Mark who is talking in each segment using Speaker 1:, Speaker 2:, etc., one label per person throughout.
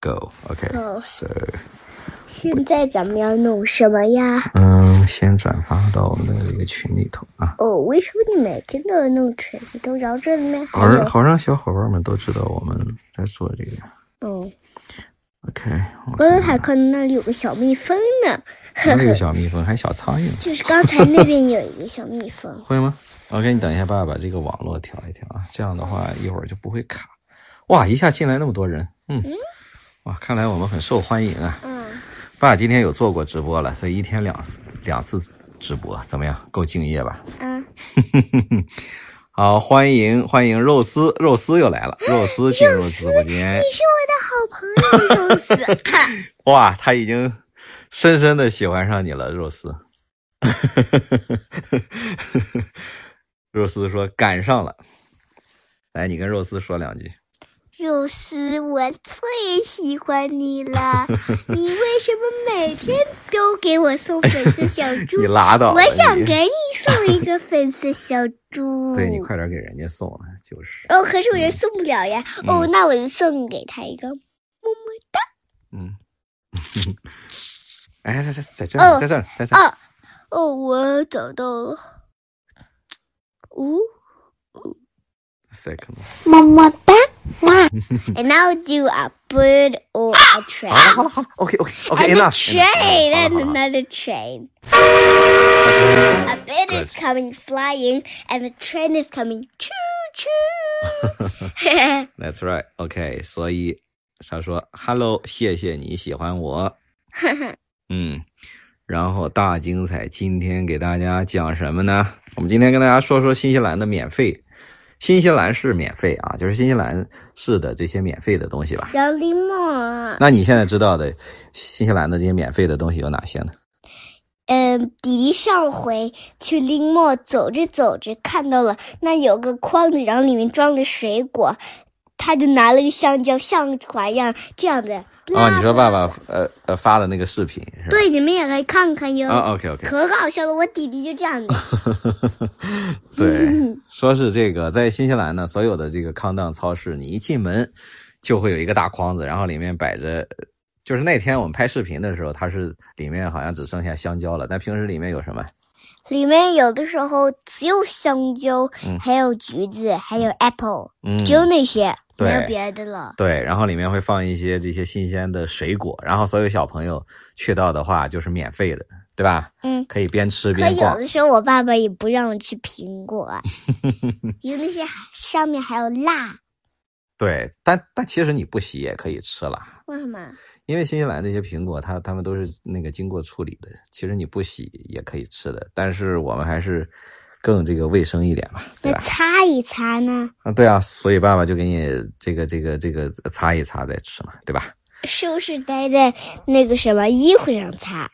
Speaker 1: go. OK，、
Speaker 2: Go.
Speaker 1: so
Speaker 2: 现在咱们要弄什么呀？
Speaker 1: 嗯，先转发到我们的那个群里头啊。
Speaker 2: 哦，为什么你每天都要弄锤子？都饶着呢？还
Speaker 1: 好让
Speaker 2: 有，
Speaker 1: 好让小伙伴们都知道我们在做这个。
Speaker 2: 嗯，
Speaker 1: OK，我
Speaker 2: 刚才还看到那里有个小蜜蜂呢，呵
Speaker 1: 看那个
Speaker 2: 呵，
Speaker 1: 小蜜蜂还小苍蝇，
Speaker 2: 就是刚才那边有一个小蜜蜂。
Speaker 1: 会吗？OK，你等一下，爸爸把这个网络调一调啊，这样的话一会儿就不会卡。哇，一下进来那么多人，嗯，哇，看来我们很受欢迎啊。
Speaker 2: 嗯，
Speaker 1: 爸今天有做过直播了，所以一天两次两次直播，怎么样？够敬业吧？
Speaker 2: 啊，
Speaker 1: 好，欢迎欢迎肉丝，肉丝又来了，
Speaker 2: 哎
Speaker 1: 肉丝进入直播间，
Speaker 2: 你是我的好朋友， 肉丝。
Speaker 1: 哇，他已经深深的喜欢上你了，肉丝。 肉丝说赶上了，来，你跟肉丝说两句。
Speaker 2: 肉丝，我最喜欢 你了。你为什么每天都给我送粉色小猪
Speaker 1: 你？拉倒吧，
Speaker 2: 我想
Speaker 1: 你
Speaker 2: 给你送一个粉色小 猪。
Speaker 1: 对你快点给人家送了，就是，
Speaker 2: 哦，可是我也送不了呀。哦，
Speaker 1: 嗯
Speaker 2: 那我就送给他一个么么
Speaker 1: 嗯， 哎，在在在这儿，
Speaker 2: 哦
Speaker 1: 在这儿，在这
Speaker 2: 哒。
Speaker 1: 儿，
Speaker 2: 哦，哦，我找到了。哦，
Speaker 1: second，
Speaker 2: 么么哒， 哇！And now do a bird or a
Speaker 1: 好了
Speaker 2: train.
Speaker 1: 好了好了，OK OK OK
Speaker 2: And a
Speaker 1: Ah! enough，
Speaker 2: train and
Speaker 1: 好了
Speaker 2: another train.
Speaker 1: 好了
Speaker 2: A bird
Speaker 1: Good.
Speaker 2: is coming flying, and a train is coming choo choo.
Speaker 1: That's right. OK，所以他说 “Hello，谢谢你喜欢我。”嗯，然后大精彩，今天给大家讲什么呢？我们今天跟大家说说新西兰的免费。新西兰是免费啊，就是新西兰市的这些免费的东西吧。
Speaker 2: 杨林梦，
Speaker 1: 那你现在知道的新西兰的这些免费的东西有哪些呢？
Speaker 2: 嗯，弟弟上回去林默走着走着，看到了那有个筐子，然后里面装了水果，他就拿了个香蕉，像船一样这样的。
Speaker 1: 哦，你说爸爸呃呃发的那个视频是吧？
Speaker 2: 对，你们也可以看看哟，
Speaker 1: 啊，OK OK，
Speaker 2: 可搞笑了。我弟弟就这样的，
Speaker 1: 对，说是这个在新西兰呢，所有的这个康当超市，你一进门就会有一个大筐子，然后里面摆着，就是那天我们拍视频的时候，它是里面好像只剩下香蕉了，但平时里面有什么？
Speaker 2: 里面有的时候只有香蕉，
Speaker 1: 嗯
Speaker 2: 还有橘子，还有 apple，、
Speaker 1: 嗯，
Speaker 2: 只有那些，
Speaker 1: 对
Speaker 2: 没有别的了。
Speaker 1: 对，然后里面会放一些这些新鲜的水果，然后所有小朋友去到的话就是免费的，对吧？
Speaker 2: 嗯，
Speaker 1: 可以边吃
Speaker 2: 可
Speaker 1: 边
Speaker 2: 有
Speaker 1: 逛。
Speaker 2: 的时候我爸爸也不让我吃 苹果，因为那些上面还有蜡。
Speaker 1: 对，但但其实你不洗也可以吃了。
Speaker 2: 为什么？
Speaker 1: 因为新西兰这些苹果，它它们都是那个经过处理的，其实你不洗也可以吃的，但是我们还是更这个卫生一点吧，对啊吧？
Speaker 2: 那擦一擦呢？
Speaker 1: 啊，对啊，所以爸爸就给你这个这个这个呃擦一擦再吃嘛，对吧？
Speaker 2: 是不是待在那个什么衣服上擦？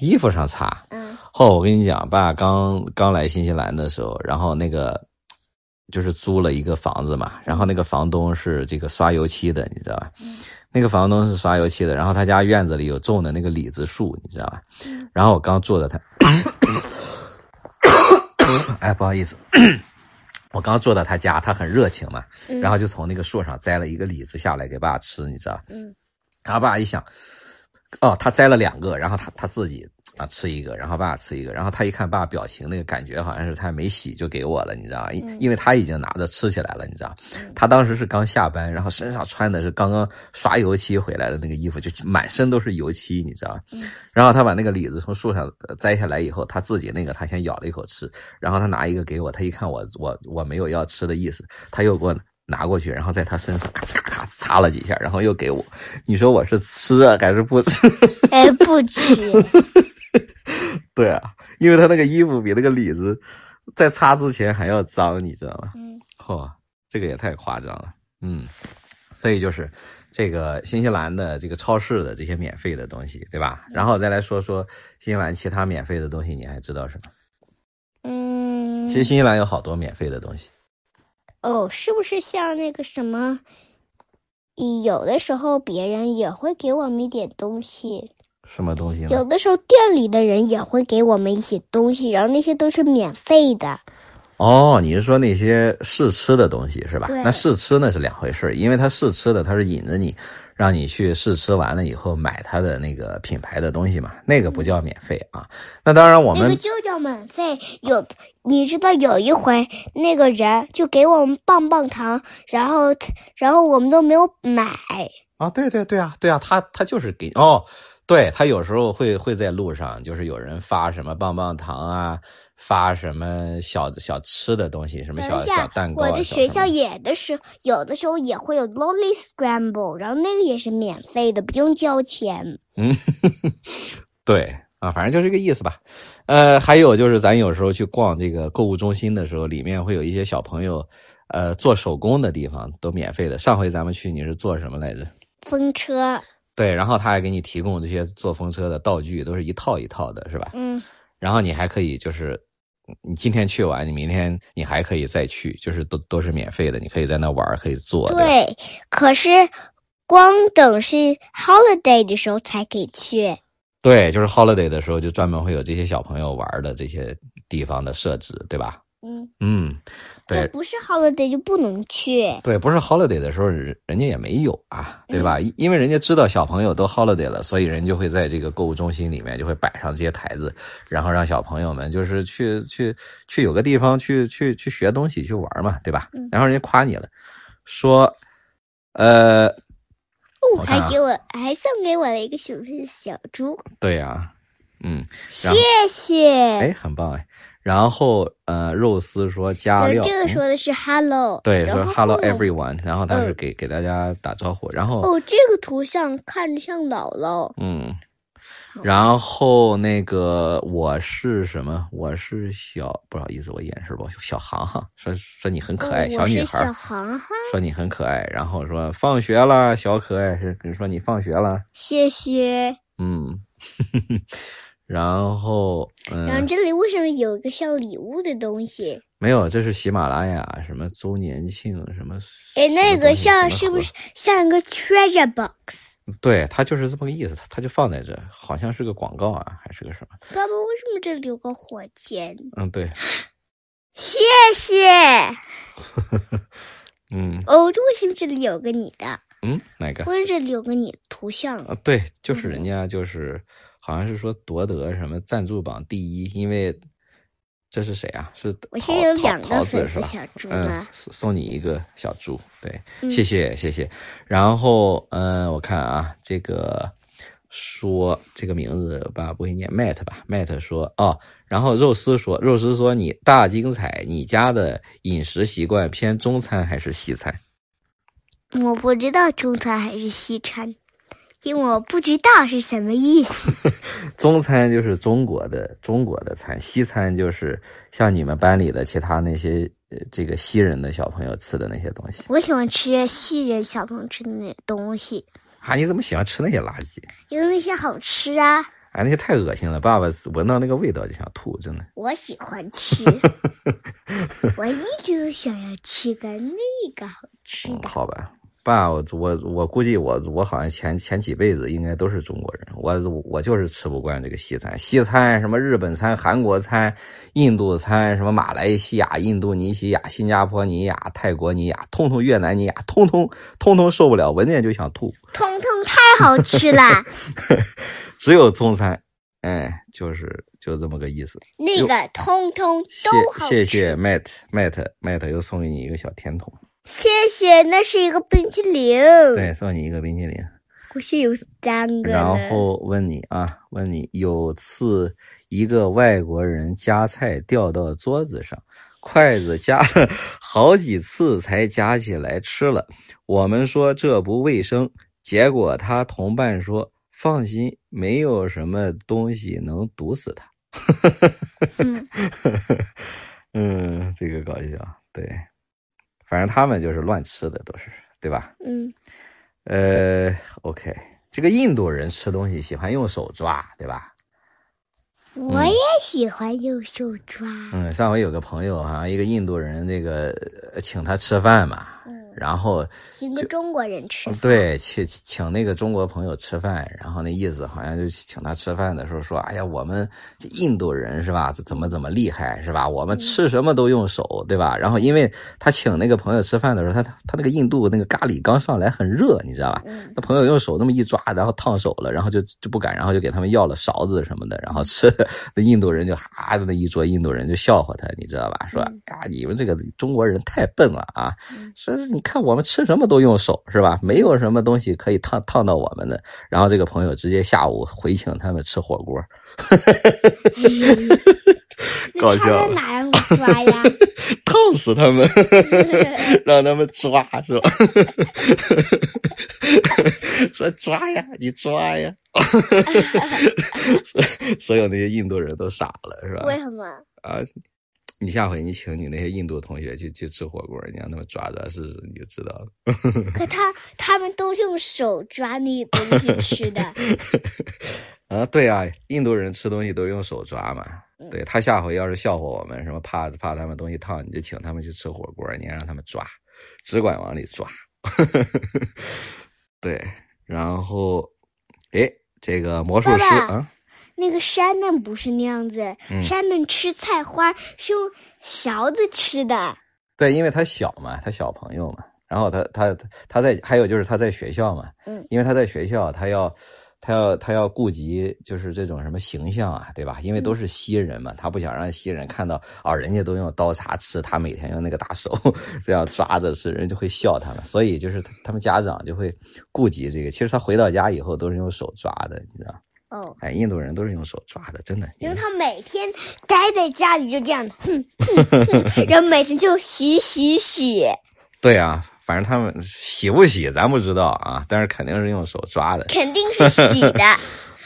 Speaker 1: 衣服上擦。
Speaker 2: 嗯，
Speaker 1: 后我跟你讲，爸刚刚来新西兰的时候，然后那个就是租了一个房子嘛，然后那个房东是这个刷油漆的，你知道吧？
Speaker 2: 嗯
Speaker 1: 那个房东是刷油漆的，然后他家院子里有种的那个李子树，你知道吧？
Speaker 2: 嗯
Speaker 1: 然后我刚坐在他，哎，不好意思，我刚坐到他家，他很热情嘛，
Speaker 2: 嗯
Speaker 1: 然后就从那个树上摘了一个李子下来给爸吃，你知道吧？
Speaker 2: 嗯，
Speaker 1: 然后爸一想，哦，他摘了两个，然后他他自己啊吃一个，然后爸吃一个，然后他一看爸表情，那个感觉好像是他没洗就给我了，你知道吧？因因为他已经拿着吃起来了，你知道吧，他当时是刚下班，然后身上穿的是刚刚刷油漆回来的那个衣服，就满身都是油漆，你知道吧？然后他把那个李子从树上呃摘下来以后，他自己那个他先咬了一口吃，然后他拿一个给我，他一看我我我没有要吃的意思，他又给我拿过去，然后在他身上咔咔咔擦了几下，然后又给我。你说我是吃啊还是不吃？
Speaker 2: 哎，不吃。
Speaker 1: 对啊，因为他那个衣服比那个李子在擦之前还要脏，你知道吗？
Speaker 2: 嗯，
Speaker 1: 嚯、这个也太夸张了。嗯，所以就是这个新西兰的这个超市的这些免费的东西，对吧？然后再来说说新西兰其他免费的东西，你还知道什么？
Speaker 2: 嗯
Speaker 1: 其，实新西兰有好多免费的东西。
Speaker 2: 哦，是不是像那个什么？有的时候别人也会给我们一点东西，
Speaker 1: 什么东西呢
Speaker 2: 有？的时候店里的人也会给我们一些东西，然后那些都是免费的。
Speaker 1: 哦，你是说那些试吃的东西是吧
Speaker 2: 对？
Speaker 1: 那试吃那是两回事儿因为它试吃的它是引着你，让你去试吃完了以后买它的那个品牌的东西嘛，那个不叫免费啊。那当然我
Speaker 2: 嗯那个
Speaker 1: 们
Speaker 2: 就叫免费。有你知道有一回那个人就给我们棒棒糖，然后然后我们都没有买。
Speaker 1: 啊，对对对啊，对啊，他他就是给哦，对他有时候会会在路上，就是有人发什么棒棒糖啊，发什么小小吃的东西，什么
Speaker 2: 等
Speaker 1: 小
Speaker 2: 一
Speaker 1: 小
Speaker 2: 下
Speaker 1: 蛋，糕啊。
Speaker 2: 我的
Speaker 1: 小
Speaker 2: 学
Speaker 1: 什
Speaker 2: 校
Speaker 1: 么
Speaker 2: 也的时有的时候也会有 Lolly Scramble，然后那个也是免费的，不用交钱。
Speaker 1: 对啊，反正就是这个意思吧。呃，还有就是咱有时候去逛这个购物中心的时候，里面会有一些小朋友，呃，做手工的地方都免费的。上回咱们去你是做什么来着？
Speaker 2: 风车，
Speaker 1: 对，然后他还给你提供这些做风车的道具，都是一套一套的，是吧？
Speaker 2: 嗯，
Speaker 1: 然后你还可以就是，你今天去完，你明天你还可以再去，就是都都是免费的，你可以在那玩儿，可以做。吧
Speaker 2: 对。可是光等是 holiday 的时候才可以去。
Speaker 1: 对，就是 holiday 的时候，就专门会有这些小朋友玩儿的这些地方的设置，对吧？
Speaker 2: 嗯，
Speaker 1: 嗯，对
Speaker 2: 那。不是 holiday 就不能去。
Speaker 1: 对，不是 holiday 的时候，人人家也没有啊，对
Speaker 2: 嗯
Speaker 1: 吧？因因为人家知道小朋友都 holiday 了，所以人就会在这个购物中心里面就会摆上这些台子，然后让小朋友们就是去去去有个地方去去去学东西去玩嘛，对吧
Speaker 2: 嗯？
Speaker 1: 然后人家夸你了，说，呃，
Speaker 2: 哦，
Speaker 1: 我看啊
Speaker 2: 还给我还送给我了一个小小猪，
Speaker 1: 对呀、啊，嗯，
Speaker 2: 谢
Speaker 1: 然后
Speaker 2: 谢。
Speaker 1: 哎，很棒哎。然后呃，肉丝说加
Speaker 2: 我
Speaker 1: 料，
Speaker 2: 这个
Speaker 1: 嗯
Speaker 2: 说的是 hello，
Speaker 1: 对，
Speaker 2: 然
Speaker 1: 说
Speaker 2: 后
Speaker 1: hello
Speaker 2: 后面
Speaker 1: everyone，然后他是
Speaker 2: 嗯
Speaker 1: 给给大家打招呼，然后
Speaker 2: 哦，这个图像看着像姥姥。
Speaker 1: 嗯，然后那个我是什么？我是小，不好意思，我掩饰吧。小航航说说你很可爱，
Speaker 2: 哦
Speaker 1: 哎小女
Speaker 2: 我是
Speaker 1: 孩
Speaker 2: 小
Speaker 1: 儿
Speaker 2: 航哈，
Speaker 1: 说你很可爱，然后说放学啦，小可爱是跟说你放学啦，
Speaker 2: 谢谢。
Speaker 1: 嗯， 然后
Speaker 2: 然后
Speaker 1: 嗯，
Speaker 2: 这里为什么有一个像礼物的东西？
Speaker 1: 没有，这是喜马拉雅什么周年庆什么，
Speaker 2: 哎，那
Speaker 1: 什么东
Speaker 2: 个
Speaker 1: 西
Speaker 2: 像
Speaker 1: 什么
Speaker 2: 是不
Speaker 1: 盒
Speaker 2: 是像一个 treasure box？
Speaker 1: 对，它就是这么个意思，它它就放在这，好像是个广告啊，还是个什么？
Speaker 2: 爸爸，为什么这里有个火箭？
Speaker 1: 嗯，对，
Speaker 2: 谢谢。
Speaker 1: 嗯
Speaker 2: 哦，这为什么这里有个你的？
Speaker 1: 嗯，哪个？
Speaker 2: 为什么这里有个你的图像？
Speaker 1: 啊，对，就是
Speaker 2: 嗯
Speaker 1: 人家就是好像是说夺得什么赞助榜第一，因为这是谁啊？是
Speaker 2: 我
Speaker 1: 桃
Speaker 2: 现在有
Speaker 1: 桃
Speaker 2: 两
Speaker 1: 桃
Speaker 2: 个
Speaker 1: 子
Speaker 2: 粉
Speaker 1: 是
Speaker 2: 丝
Speaker 1: 吧？
Speaker 2: 小猪
Speaker 1: 嗯
Speaker 2: 了，，
Speaker 1: 送送你一个小猪，对，
Speaker 2: 嗯
Speaker 1: 谢谢谢谢。然后嗯、呃我看啊，这个说这个名字吧不会念，Matt 吧，Matt 说哦，然后肉丝说，肉丝说你大精彩，你家的饮食习惯偏中餐还是西餐？
Speaker 2: 我不知道中餐还是西餐，因为我不知道是什么意思。
Speaker 1: 中餐就是中国的中国的餐，西餐就是像你们班里的其他那些呃这个西人的小朋友吃的那些东西
Speaker 2: 我喜欢吃西人小朋友吃的那东西，
Speaker 1: 啊！你怎么喜欢吃那些垃圾？
Speaker 2: 因为那些好吃啊，
Speaker 1: 哎，那些太恶心了，爸爸闻到那个味道就想吐，真的。
Speaker 2: 我喜欢 吃。我一直都想要吃个那个好吃
Speaker 1: 嗯，
Speaker 2: 的。
Speaker 1: 好吧，爸，我我我估计我我好像前前几辈子应该都是中国人，我我就是吃不惯这个西餐，西餐什么日本餐、韩国餐、印度餐，什么马来西亚、印度尼西亚、新加坡尼亚、泰国尼亚，通通越南尼亚，通通通通受不了，闻见就想吐。
Speaker 2: 通通太好吃啦！
Speaker 1: 只有中餐，哎，就是就这么个意思。
Speaker 2: 那个通通都好
Speaker 1: 谢谢
Speaker 2: 吃。
Speaker 1: 谢 Matt Matt Matt 又送给你一个小甜筒，
Speaker 2: 谢谢那是一个冰淇淋。
Speaker 1: 对，送你一个冰淇淋。
Speaker 2: 我是有三个
Speaker 1: 然
Speaker 2: 呢
Speaker 1: 后问你啊，问你有次一个外国人夹菜掉到桌子上，筷子夹了好几次才夹起来吃了。我们说这不卫生，结果他同伴说放心，没有什么东西能毒死他。
Speaker 2: 嗯，
Speaker 1: 嗯，这个搞笑，对，反正他们就是乱吃的，都是对吧？
Speaker 2: 嗯，
Speaker 1: 呃，OK，这个印度人吃东西喜欢用手抓，对吧？
Speaker 2: 我
Speaker 1: 嗯
Speaker 2: 也喜欢用手抓。
Speaker 1: 嗯，上回有个朋友好像一个印度人，这个呃请他吃饭嘛，
Speaker 2: 嗯
Speaker 1: 然后
Speaker 2: 请个中国人吃。
Speaker 1: 对，请请那个中国朋友吃饭，然后那意思好像就请他吃饭的时候说：“哎呀，我们印度人是吧？怎么怎么厉害是吧？我们吃什么都用手，对吧？”然后因为他请那个朋友吃饭的时候，他他那个印度那个咖喱刚上来很热，你知道吧？
Speaker 2: 嗯
Speaker 1: 他朋友用手那么一抓，然后烫手了，然后就就不敢，然后就给他们要了勺子什么的，然后吃。 那印度人就哈的那一桌印度人就笑话他，你知道吧？说啊，你们这个中国人太笨了啊！说你看我们吃什么都用手是吧？没有什么东西可以烫烫到我们的。然后这个朋友直接下午回请他们吃火锅， 搞笑
Speaker 2: 那他们哪让我抓 呀？
Speaker 1: 烫死他们， 让他们抓是吧？ 说抓呀，你抓呀！ 所所有那些印度人都傻了是吧？
Speaker 2: 为什么？
Speaker 1: 啊，你下回你请你那些印度同学去去吃火锅，你让他们抓抓试试，你就知道了。
Speaker 2: 可他他们都用手抓那东西吃的，
Speaker 1: 啊，对啊，印度人吃东西都用手抓嘛。对他下回要是笑话我们什么怕怕他们东西烫，你就请他们去吃火锅，你让他们抓，只管往里抓。 对，然后，诶，这个魔术师
Speaker 2: 爸爸
Speaker 1: 啊，
Speaker 2: 那个山嫩不是那样子，
Speaker 1: 嗯
Speaker 2: 山嫩吃菜花是用勺子吃的。
Speaker 1: 对，因为他小嘛，他小朋友嘛，然后他他他在还有就是他在学校嘛，
Speaker 2: 嗯，
Speaker 1: 因为他在学校，他要他要他要顾及就是这种什么形象啊，对吧？因
Speaker 2: 嗯
Speaker 1: 为都是西人嘛，他不想让西人看到啊，人家都用刀叉吃，他每天用那个大手这样抓着吃，人就会笑他们，所以就是他他们家长就会顾及这个。其实他回到家以后都是用手抓的，你知道？
Speaker 2: 哦，
Speaker 1: 哎，印度人都是用手抓的，真的。
Speaker 2: 因为他每天待在家里就这样的，哼哼哼，然后每天就洗洗洗。
Speaker 1: 对啊，反正他们洗不洗咱不知道啊，但是肯定是用手抓的。
Speaker 2: 肯定是洗的，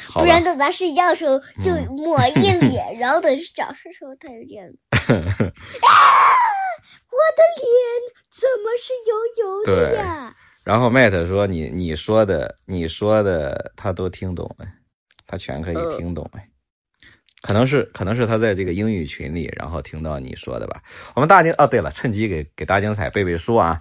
Speaker 1: 好吧嗯
Speaker 2: 不然等咱睡觉的时候就抹一 脸，然后等早上的时候它就这样。啊！我的脸怎么是油油的 呀？
Speaker 1: 然后麦特说：“你你说的，你说的，他都听懂了，他全可以听懂了。可能是可能是他在这个英语群里，然后听到你说的吧。我们大精哦，对了，趁机给给大精彩背背书啊。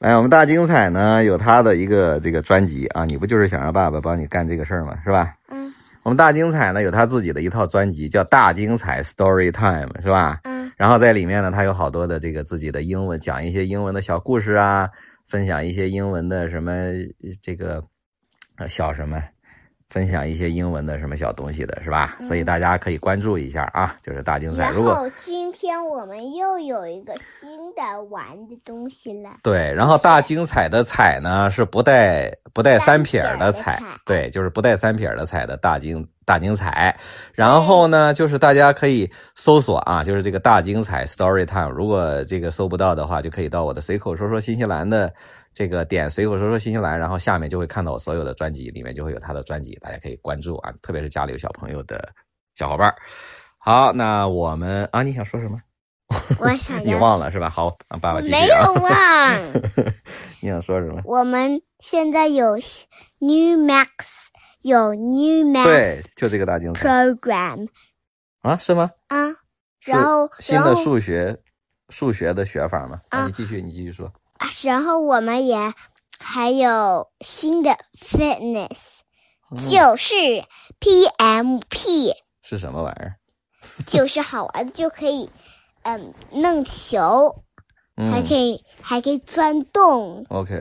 Speaker 1: 哎，我们大精彩呢有他的一个这个专辑啊，你不就是想让爸爸帮你干这个事儿吗？是吧？
Speaker 2: 嗯
Speaker 1: 我们大精彩呢有他自己的一套专辑，叫《大精彩 Story Time》，是吧？
Speaker 2: 嗯
Speaker 1: 然后在里面呢，他有好多的这个自己的英文，讲一些英文的小故事啊，分享一些英文的什么这个呃小什么，分享一些英文的什么小东西的是吧？所以大家可以关注一下啊，就是大精彩。
Speaker 2: 嗯然
Speaker 1: 如果
Speaker 2: 后今天我们又有一个新的玩的东西 了，
Speaker 1: 对，然后大精彩的彩呢是不带不带三撇儿的彩
Speaker 2: 三撇儿的彩，
Speaker 1: 对，就是不带三撇儿的彩的大精大精彩。然后呢，就是大家可以搜索啊，就是这个大精彩 Story Time。如果这个搜不到的话，就可以到我的随口说说新西兰的这个点随口说说新西兰，然后下面就会看到我所有的专辑，里面就会有他的专辑，大家可以关注啊，特别是家里有小朋友的小伙伴儿。好，那我们啊，你想说什么？
Speaker 2: 我想
Speaker 1: 你
Speaker 2: 要
Speaker 1: 忘了是吧？好，让爸爸继续
Speaker 2: 没
Speaker 1: 啊
Speaker 2: 有。忘。
Speaker 1: 你想说什么？
Speaker 2: 我们现在有 New Max，有
Speaker 1: 对
Speaker 2: New Max，
Speaker 1: 就这个大精彩
Speaker 2: program
Speaker 1: 啊，是吗？
Speaker 2: 啊，
Speaker 1: 是
Speaker 2: 然后
Speaker 1: 新
Speaker 2: 然后。
Speaker 1: 的数学数学的学法吗？哎
Speaker 2: 啊
Speaker 1: 你继续，你继续说。
Speaker 2: 啊，然后我们也还有新的 fitness，、就是
Speaker 1: 嗯
Speaker 2: PMP，
Speaker 1: 是什么玩意儿？
Speaker 2: 就是好玩的就可以，嗯，弄球，还
Speaker 1: 嗯
Speaker 2: 可以、还可以钻洞，
Speaker 1: ，OK，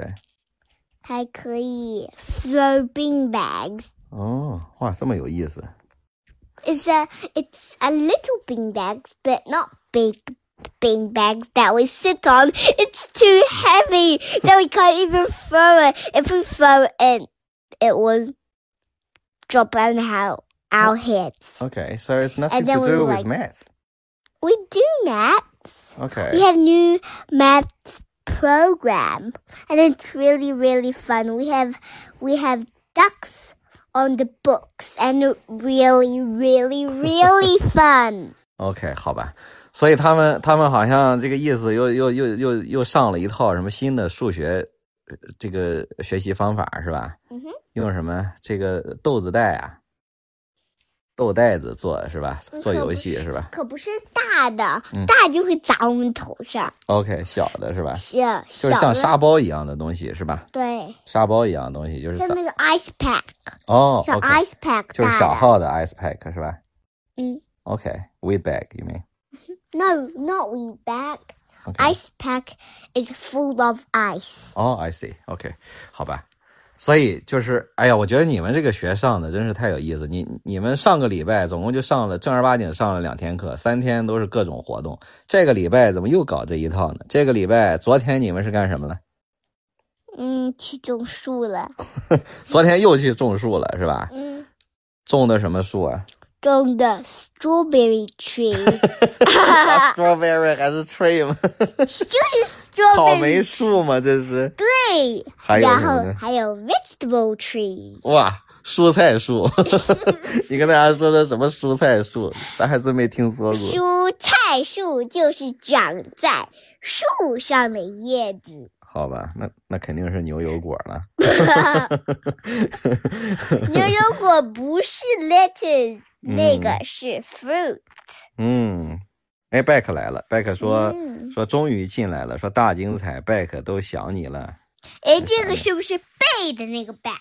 Speaker 2: 还可以 throw bean bags。
Speaker 1: 哦，哇，这么有意思。
Speaker 2: It's a it's a little bean bags, but not big bean bags that we sit on. It's too heavy that we can't even throw it. If we throw it, it will drop on our our heads.
Speaker 1: OK，so、it's nothing
Speaker 2: And then
Speaker 1: to
Speaker 2: we
Speaker 1: do
Speaker 2: were
Speaker 1: with math.
Speaker 2: We do math.
Speaker 1: OK，
Speaker 2: We have new math program, and it's really really fun. We have we have ducks on the books, and it really really really fun.
Speaker 1: OK，好吧，所以他们他们好像这个意思又又又又又上了一套什么新的数学呃这个学习方法是吧？
Speaker 2: 嗯哼，
Speaker 1: 用什么这个豆子带啊？豆袋子做是吧？做游戏
Speaker 2: 可不
Speaker 1: 是吧
Speaker 2: 可不是大的
Speaker 1: 嗯，
Speaker 2: 大就会砸我们头上。
Speaker 1: ？OK，小的是吧？
Speaker 2: 小
Speaker 1: 就
Speaker 2: 小
Speaker 1: 是像
Speaker 2: 的
Speaker 1: 沙包一样的东西是吧？
Speaker 2: 对，
Speaker 1: 沙包一样的东西就是
Speaker 2: 像
Speaker 1: 早
Speaker 2: 那个 ice pack，
Speaker 1: 哦
Speaker 2: 像
Speaker 1: ，OK，
Speaker 2: ice pack
Speaker 1: 就是小
Speaker 2: 大的。
Speaker 1: 号的 ice pack 是吧
Speaker 2: 嗯
Speaker 1: ？OK，weed bag，you mean？
Speaker 2: ，no not we bag。
Speaker 1: OK，
Speaker 2: Ice pack is full of ice。
Speaker 1: 哦，I see。OK，好吧。所以就是，哎呀，我觉得你们这个学上的真是太有意思。你你们上个礼拜总共就上了正儿八经上了两天课，三天都是各种活动。这个礼拜怎么又搞这一套呢？这个礼拜昨天你们是干什么了？
Speaker 2: 嗯，去种树了。
Speaker 1: 昨天又去种树了是吧？
Speaker 2: 嗯，
Speaker 1: 种的什么树啊
Speaker 2: 种的 strawberry tree，
Speaker 1: 啊？Strawberry 还是 tree 吗？草莓
Speaker 2: strawberry
Speaker 1: 树吗？这是。
Speaker 2: tree，
Speaker 1: 还有
Speaker 2: 然
Speaker 1: 什么
Speaker 2: 后
Speaker 1: 呢？
Speaker 2: 还有 vegetable tree。
Speaker 1: 哇，蔬菜树！你跟大家说说什么蔬菜树？咱还真没听说过。
Speaker 2: 蔬菜树就是长在树上的叶 子。
Speaker 1: 好吧，那那肯定是牛油果了。
Speaker 2: 牛油果不是 lettuce，
Speaker 1: 嗯
Speaker 2: 那个是 fruit。
Speaker 1: 嗯，哎，拜克来了，拜克说、
Speaker 2: 嗯
Speaker 1: 说终于进来了，说大精彩，拜克都想你了。
Speaker 2: 哎，这个是不是背的那个 back？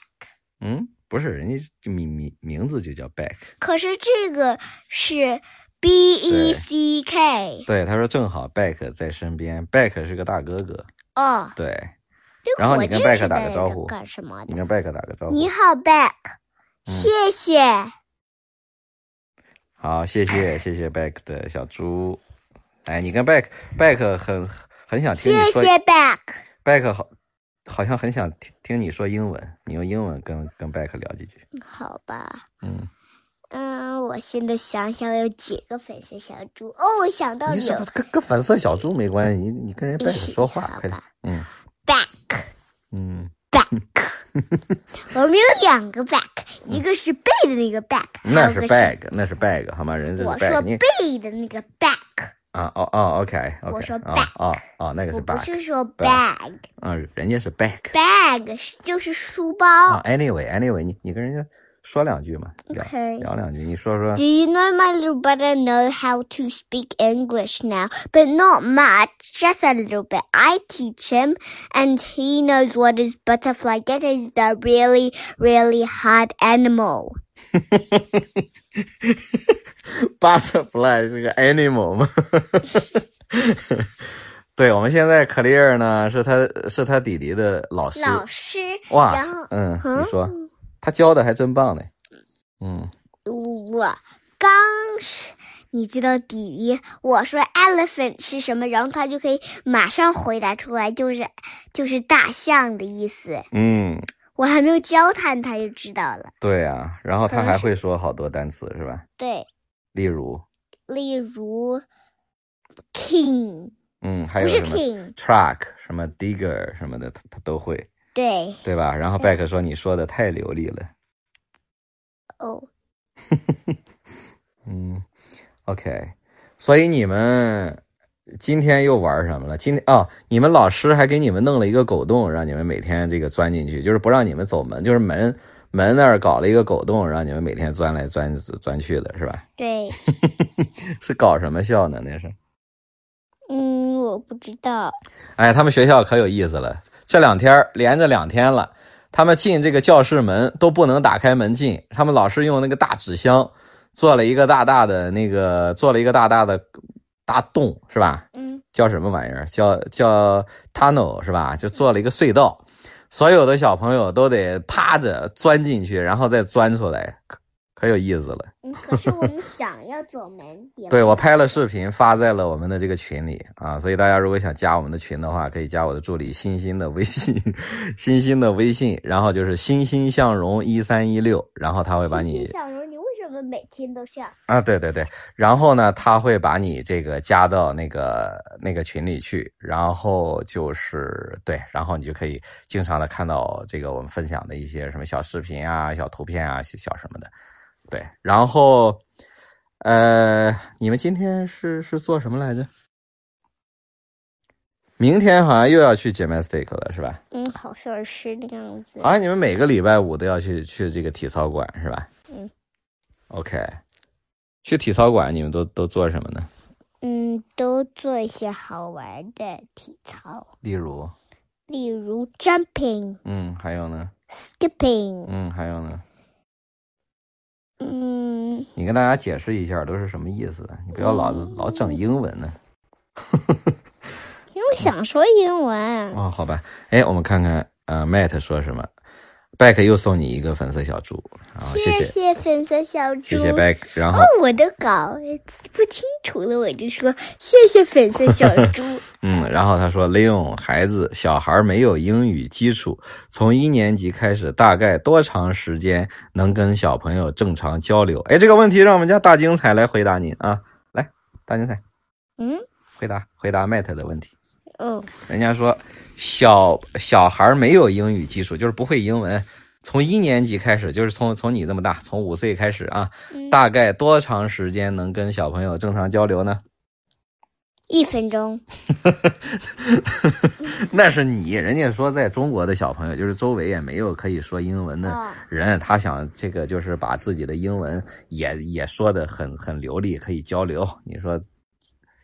Speaker 1: 嗯，不是，人家就名名名字就叫拜克。
Speaker 2: 可是这个是 b e c k
Speaker 1: 对，他说正好拜克在身边，拜克是个大哥哥。
Speaker 2: 哦。
Speaker 1: 对，
Speaker 2: 这
Speaker 1: 然后你
Speaker 2: 火
Speaker 1: 跟
Speaker 2: 箭
Speaker 1: back
Speaker 2: 是
Speaker 1: 打个
Speaker 2: 在
Speaker 1: 招呼
Speaker 2: 干什么
Speaker 1: 你
Speaker 2: 的？
Speaker 1: 跟拜克打个招呼。
Speaker 2: 你好，back，
Speaker 1: 嗯
Speaker 2: 谢谢。
Speaker 1: 好，谢 谢谢谢 Back 的小猪。哎，你跟 Back Back 很很想听你
Speaker 2: 谢
Speaker 1: 说
Speaker 2: 谢 back，
Speaker 1: Back 好，好像很想听听你说英文，你用英文跟跟 Back 聊几句。
Speaker 2: 好吧，
Speaker 1: 嗯，
Speaker 2: 嗯，我现在想想我有几个粉丝小猪哦，我想到
Speaker 1: 你是
Speaker 2: 有
Speaker 1: 不跟跟粉色小猪没关系，你你跟人 Back 说话
Speaker 2: 好
Speaker 1: 快点
Speaker 2: 吧。
Speaker 1: 嗯
Speaker 2: back，
Speaker 1: 嗯，
Speaker 2: back，我们有两个 back，一个是背的那个 back，
Speaker 1: 那
Speaker 2: 还有
Speaker 1: 是
Speaker 2: 个
Speaker 1: Back，那是 Back，好吗？人这是
Speaker 2: 我说
Speaker 1: Back，你
Speaker 2: 背的那个 back，
Speaker 1: 啊哦哦，OK OK，
Speaker 2: 我说
Speaker 1: 啊
Speaker 2: back
Speaker 1: 哦哦，那个
Speaker 2: 我
Speaker 1: 是
Speaker 2: 不
Speaker 1: Back，
Speaker 2: 是说
Speaker 1: back
Speaker 2: bag，
Speaker 1: 嗯，人家是 Back。
Speaker 2: bag 是就是书
Speaker 1: 啊
Speaker 2: 包。
Speaker 1: ，Anyway Anyway，你你跟人家说两句嘛，聊
Speaker 2: OK
Speaker 1: 聊两句，你说说
Speaker 2: Do。you know my little brother know how to speak English now? But not much, just a little bit. I teach him and he knows what is butterfly. That is the really, really hard animal.
Speaker 1: Butterfly 是个 animal 吗？ 对，我们现在 Clear 呢是他是他弟弟的老师，
Speaker 2: 老师，
Speaker 1: 哇
Speaker 2: 然后，
Speaker 1: 嗯，
Speaker 2: 嗯
Speaker 1: 你说他教的还真棒呢，嗯，
Speaker 2: 我刚是，你知道弟弟我说 elephant 是什么，然后他就可以马上回答出来，就是就是大象的意思。
Speaker 1: 嗯，
Speaker 2: 我还没有教他，他就知道了。
Speaker 1: 对啊，然后他
Speaker 2: 可能
Speaker 1: 还
Speaker 2: 是
Speaker 1: 会说好多单词是吧？
Speaker 2: 对，
Speaker 1: 例如，
Speaker 2: 例如 king
Speaker 1: 嗯，还
Speaker 2: 不
Speaker 1: 有
Speaker 2: 是
Speaker 1: 什么
Speaker 2: king，
Speaker 1: truck 什么 digger 什么的，他他都会，
Speaker 2: 对
Speaker 1: 对吧？然后拜克说你说的太流利了，
Speaker 2: 哦，
Speaker 1: 嗯，OK，所以你们今天又玩什么了？今天哦，你们老师还给你们弄了一个狗洞，让你们每天这个钻进去，就是不让你们走门，就是门门那儿搞了一个狗洞，让你们每天钻来钻钻去的，是吧？
Speaker 2: 对，
Speaker 1: 是搞什么校呢？那是？
Speaker 2: 嗯，我不知道，
Speaker 1: 哎，他们学校可有意思了，这两天儿连着两天了，他们进这个教室门都不能打开门进，他们老师用那个大纸箱做了一个大大的那个，做了一个大大的大洞，是吧？
Speaker 2: 嗯，
Speaker 1: 叫什么玩意儿？叫叫 tunnel 是吧？就做了一个隧道，所有的小朋友都得趴着钻进去，然后再钻出来，可可有意思了。
Speaker 2: 嗯可是 我们想要走门，也
Speaker 1: 对我拍了视频发在了我们的这个群里啊，所以大家如果想加我们的群的话，可以加我的助理欣欣的微信，欣欣的微信，然后就是欣欣向荣一三一六，然后他会把你
Speaker 2: 小荣，你为什么每天都上？
Speaker 1: 啊，对对对，然后呢，他会把你这个加到那个那个群里去，然后就是对，然后你就可以经常的看到这个我们分享的一些什么小视频啊、小图片啊、小小什么的，对，然后呃，你们今天是是做什么来着？明天好像又要去 gymnastic 了，是吧？
Speaker 2: 嗯，好像是那样子
Speaker 1: 哎好。像你们每个礼拜五都要去去这个体操馆，是吧？
Speaker 2: 嗯。
Speaker 1: OK，去体操馆，你们都都做什么呢？
Speaker 2: 嗯，都做一些好玩的体操，
Speaker 1: 例如，
Speaker 2: 例如 jumping、
Speaker 1: 嗯，还有呢，
Speaker 2: skipping。
Speaker 1: 嗯，还有呢，
Speaker 2: 嗯，
Speaker 1: 你跟大家解释一下都是什么意思，你不要老老整英文呢。
Speaker 2: 因为我想说英文。
Speaker 1: 哦，好吧，哎，我们看看，呃，Matt 说什么？Back 又送你一个粉色小猪，然后谢
Speaker 2: 谢
Speaker 1: 谢
Speaker 2: 谢粉色小猪。
Speaker 1: 谢谢 Back，然后
Speaker 2: 哦，我的稿不清楚了，我就说谢谢粉色小猪。
Speaker 1: 嗯，然后他说，Leon 孩子小孩没有英语基础，从一年级开始，大概多长时间能跟小朋友正常交流？哎，这个问题让我们家大精彩来回答您啊，来，大精彩
Speaker 2: 嗯，
Speaker 1: 回答回答 Matt 的问题。
Speaker 2: 哦，
Speaker 1: 人家说小小孩儿没有英语基础，就是不会英文。从一年级开始，就是从从你这么大，从五岁开始啊，
Speaker 2: 嗯
Speaker 1: 大概多长时间能跟小朋友正常交流呢？
Speaker 2: 一分钟。
Speaker 1: 那是你，人家说在中国的小朋友，就是周围也没有可以说英文的
Speaker 2: 啊，
Speaker 1: 人，他想这个就是把自己的英文也也说的很很流利，可以交流。你说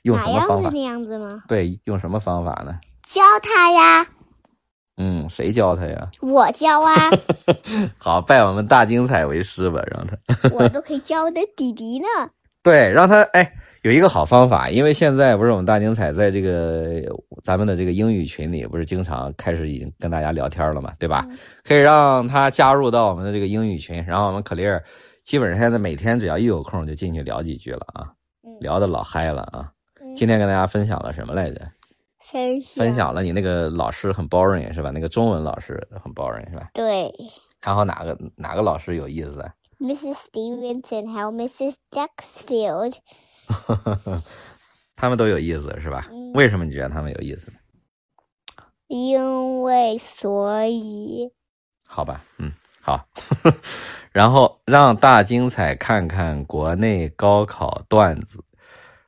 Speaker 1: 用什
Speaker 2: 哪
Speaker 1: 么
Speaker 2: 样
Speaker 1: 方
Speaker 2: 子
Speaker 1: 法？
Speaker 2: 那样子吗？
Speaker 1: 对，用什么方法呢？
Speaker 2: 教他呀，
Speaker 1: 嗯，谁教他呀？
Speaker 2: 我教啊，
Speaker 1: 好，拜我们大精彩为师吧，让他。
Speaker 2: 我都可以教我的弟弟呢。
Speaker 1: 对，让他哎有一个好方法，因为现在不是我们大精彩在这个咱们的这个英语群里，不是经常开始已经跟大家聊天了嘛，对
Speaker 2: 嗯
Speaker 1: 吧？可以让他加入到我们的这个英语群，然后我们可丽儿基本上现在每天只要一有空就进去聊几句了啊，
Speaker 2: 嗯
Speaker 1: 聊的老嗨了啊。
Speaker 2: 嗯啊
Speaker 1: 今天跟大家分享了什么来着？
Speaker 2: 分享
Speaker 1: 分享了你那个老师很 boring 是吧？那个中文老师很 boring 是吧？
Speaker 2: 对
Speaker 1: 然后哪个哪个老师有意思啊？
Speaker 2: ，Mrs. Stevenson 还有 Mrs. Duxfield，
Speaker 1: 他们都有意思是吧
Speaker 2: 嗯？
Speaker 1: 为什么你觉得他们有意思？
Speaker 2: 因为所以
Speaker 1: 好吧，嗯，好。 然后让大精彩看看国内高考段子，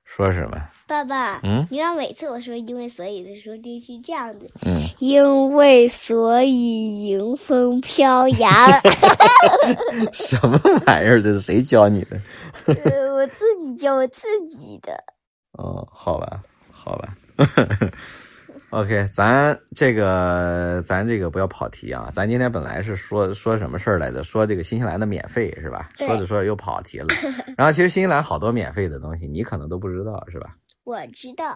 Speaker 1: 说什么？
Speaker 2: 爸爸，
Speaker 1: 嗯
Speaker 2: 你让每次我说因为所以的时候就去这样子，
Speaker 1: 嗯，
Speaker 2: 因为所以迎风飘扬，
Speaker 1: 什么玩意儿？这是谁教你的？
Speaker 2: 呃我自己教我自己的，
Speaker 1: 哦，好吧，好吧。OK，咱这个咱这个不要跑题啊！咱今天本来是说说什么事儿来着？说这个新西兰的免费是吧？
Speaker 2: 对
Speaker 1: 说着说着又跑题了。然后其实新西兰好多免费的东西，你可能都不知道是吧？
Speaker 2: 我知道，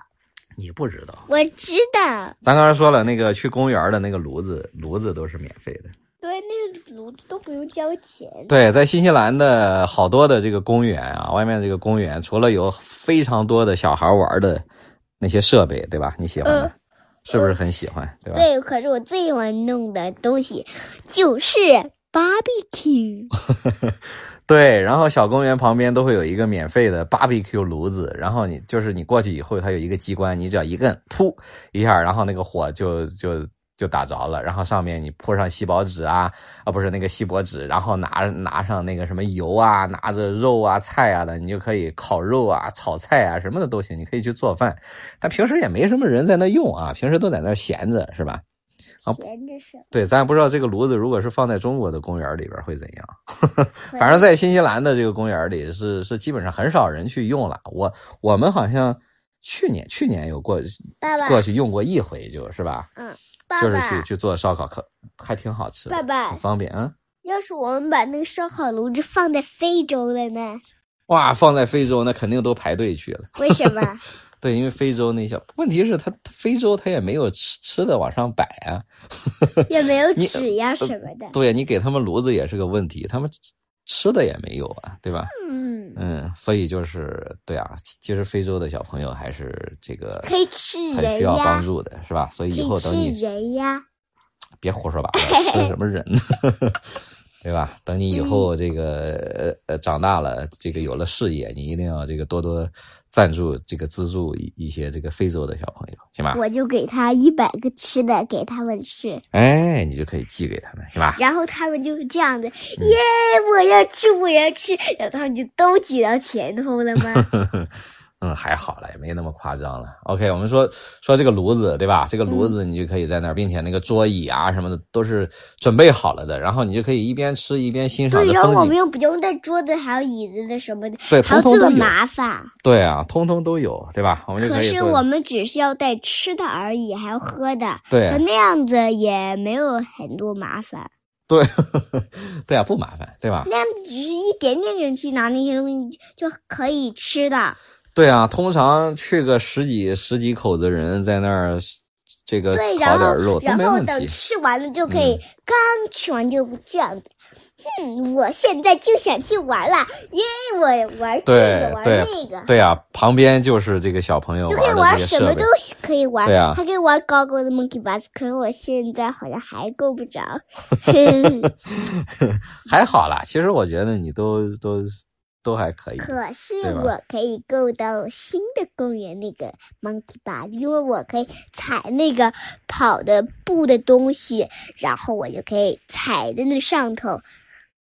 Speaker 1: 你不知道，
Speaker 2: 我知道，
Speaker 1: 咱刚才说了，那个去公园的那个炉子，炉子都是免费的。
Speaker 2: 对，那个炉子都不用交钱，
Speaker 1: 对，在新西兰的好多的这个公园啊，外面这个公园，除了有非常多的小孩玩的那些设备，对吧？你喜欢吗？
Speaker 2: 嗯
Speaker 1: 是不是很喜欢？对吧？
Speaker 2: 对，可是我最喜欢弄的东西就是 barbecue，
Speaker 1: 对，然后小公园旁边都会有一个免费的 barbecue 炉子，然后你就是你过去以后，它有一个机关，你只要一摁，噗一下，然后那个火就就就打着了，然后上面你铺上锡箔纸啊，啊不是那个锡箔纸，然后拿拿上那个什么油啊，拿着肉啊菜啊的，你就可以烤肉啊、炒菜啊什么的都行，你可以去做饭，但平时也没什么人在那用啊，平时都在那闲着是吧？啊
Speaker 2: 闲着是，
Speaker 1: 对，咱也不知道这个炉子如果是放在中国的公园里边会怎样。反正，在新西兰的这个公园里是是基本上很少人去用了。我我们好像去年去年有过
Speaker 2: 爸爸，
Speaker 1: 过去用过一回，就是吧？
Speaker 2: 爸
Speaker 1: 就是去
Speaker 2: 爸，
Speaker 1: 去做烧烤，可还挺好吃的，
Speaker 2: 爸爸
Speaker 1: 很方便啊。
Speaker 2: 要是我们把那个烧烤炉子放在非洲了呢？
Speaker 1: 哇，放在非洲那肯定都排队去了。
Speaker 2: 为 什么？
Speaker 1: 对，因为非洲那些问题是它它非洲它也没有吃吃的往上摆啊。
Speaker 2: 也没有
Speaker 1: 你呃
Speaker 2: 纸呀什么的。
Speaker 1: 对你给他们炉子也是个问题，他们吃吃的也没有啊，对吧？
Speaker 2: 嗯，
Speaker 1: 嗯，所以就是对啊，其实非洲的小朋友还是这个
Speaker 2: 可以吃
Speaker 1: 很
Speaker 2: 人
Speaker 1: 需要帮
Speaker 2: 呀，
Speaker 1: 助的，是吧？所以
Speaker 2: 可
Speaker 1: 以后
Speaker 2: 以
Speaker 1: 等
Speaker 2: 吃
Speaker 1: 你
Speaker 2: 人呀。
Speaker 1: 别胡说八道，吃什么人， 对吧？等你以
Speaker 2: 嗯
Speaker 1: 后这个呃呃长大了，这个有了事业，你一定要这个多多赞助这个资助一一些这个非洲的小朋友，行吧？
Speaker 2: 我就给他一百个吃的给他们吃，
Speaker 1: 哎，你就可以寄给他们，是吧？
Speaker 2: 然后他们就是这样的，
Speaker 1: 嗯
Speaker 2: 耶， 我要吃，我要吃，然后他们就都挤到前头了吗？
Speaker 1: 嗯，还好了，也没那么夸张了。OK，我们说说这个炉子，对吧？这个
Speaker 2: 嗯
Speaker 1: 炉子你就可以在那儿，并且那个桌椅啊什么的都是准备好了的，然后你就可以一边吃一边欣赏
Speaker 2: 对，
Speaker 1: 着
Speaker 2: 然后我
Speaker 1: 风
Speaker 2: 们
Speaker 1: 景。
Speaker 2: 又不用带桌子，还有椅子的什么的，
Speaker 1: 对，
Speaker 2: 还
Speaker 1: 通
Speaker 2: 要
Speaker 1: 通
Speaker 2: 这
Speaker 1: 都
Speaker 2: 么
Speaker 1: 有。
Speaker 2: 麻烦。
Speaker 1: 对啊，通通都有，对吧？我们就
Speaker 2: 可
Speaker 1: 以
Speaker 2: 是
Speaker 1: 做
Speaker 2: 我们只是要带吃的而已，还要喝的，
Speaker 1: 对啊
Speaker 2: 可那样子也没有很多麻烦。
Speaker 1: 对 对啊，不麻烦，对吧？
Speaker 2: 那样子只是一点点人去拿那些东西就可以吃的，
Speaker 1: 对啊，通常去个十几十几口子人在那儿，这个
Speaker 2: 对，
Speaker 1: 烤
Speaker 2: 然
Speaker 1: 呃点
Speaker 2: 后
Speaker 1: 肉都
Speaker 2: 然
Speaker 1: 没
Speaker 2: 后
Speaker 1: 问
Speaker 2: 等
Speaker 1: 题。嗯
Speaker 2: 吃完了就可以，刚吃完就这样子。哼，我现在就想去玩了，耶！我玩这
Speaker 1: 对
Speaker 2: 个，玩
Speaker 1: 对
Speaker 2: 那个。
Speaker 1: 对啊，旁边就是这个小朋友
Speaker 2: 就可以
Speaker 1: 玩的
Speaker 2: 玩
Speaker 1: 这些
Speaker 2: 什么
Speaker 1: 设备
Speaker 2: 都。可以玩，
Speaker 1: 对啊
Speaker 2: 还可以玩高高的 monkey bus。可是我现在好像还够不着， 可
Speaker 1: 还好啦，其实我觉得你都都都还可以。
Speaker 2: 是
Speaker 1: 对吧
Speaker 2: 我可以够到新的公园那个 monkey bus，因为我可以踩那个跑的布的东西，然后我就可以踩在那上头。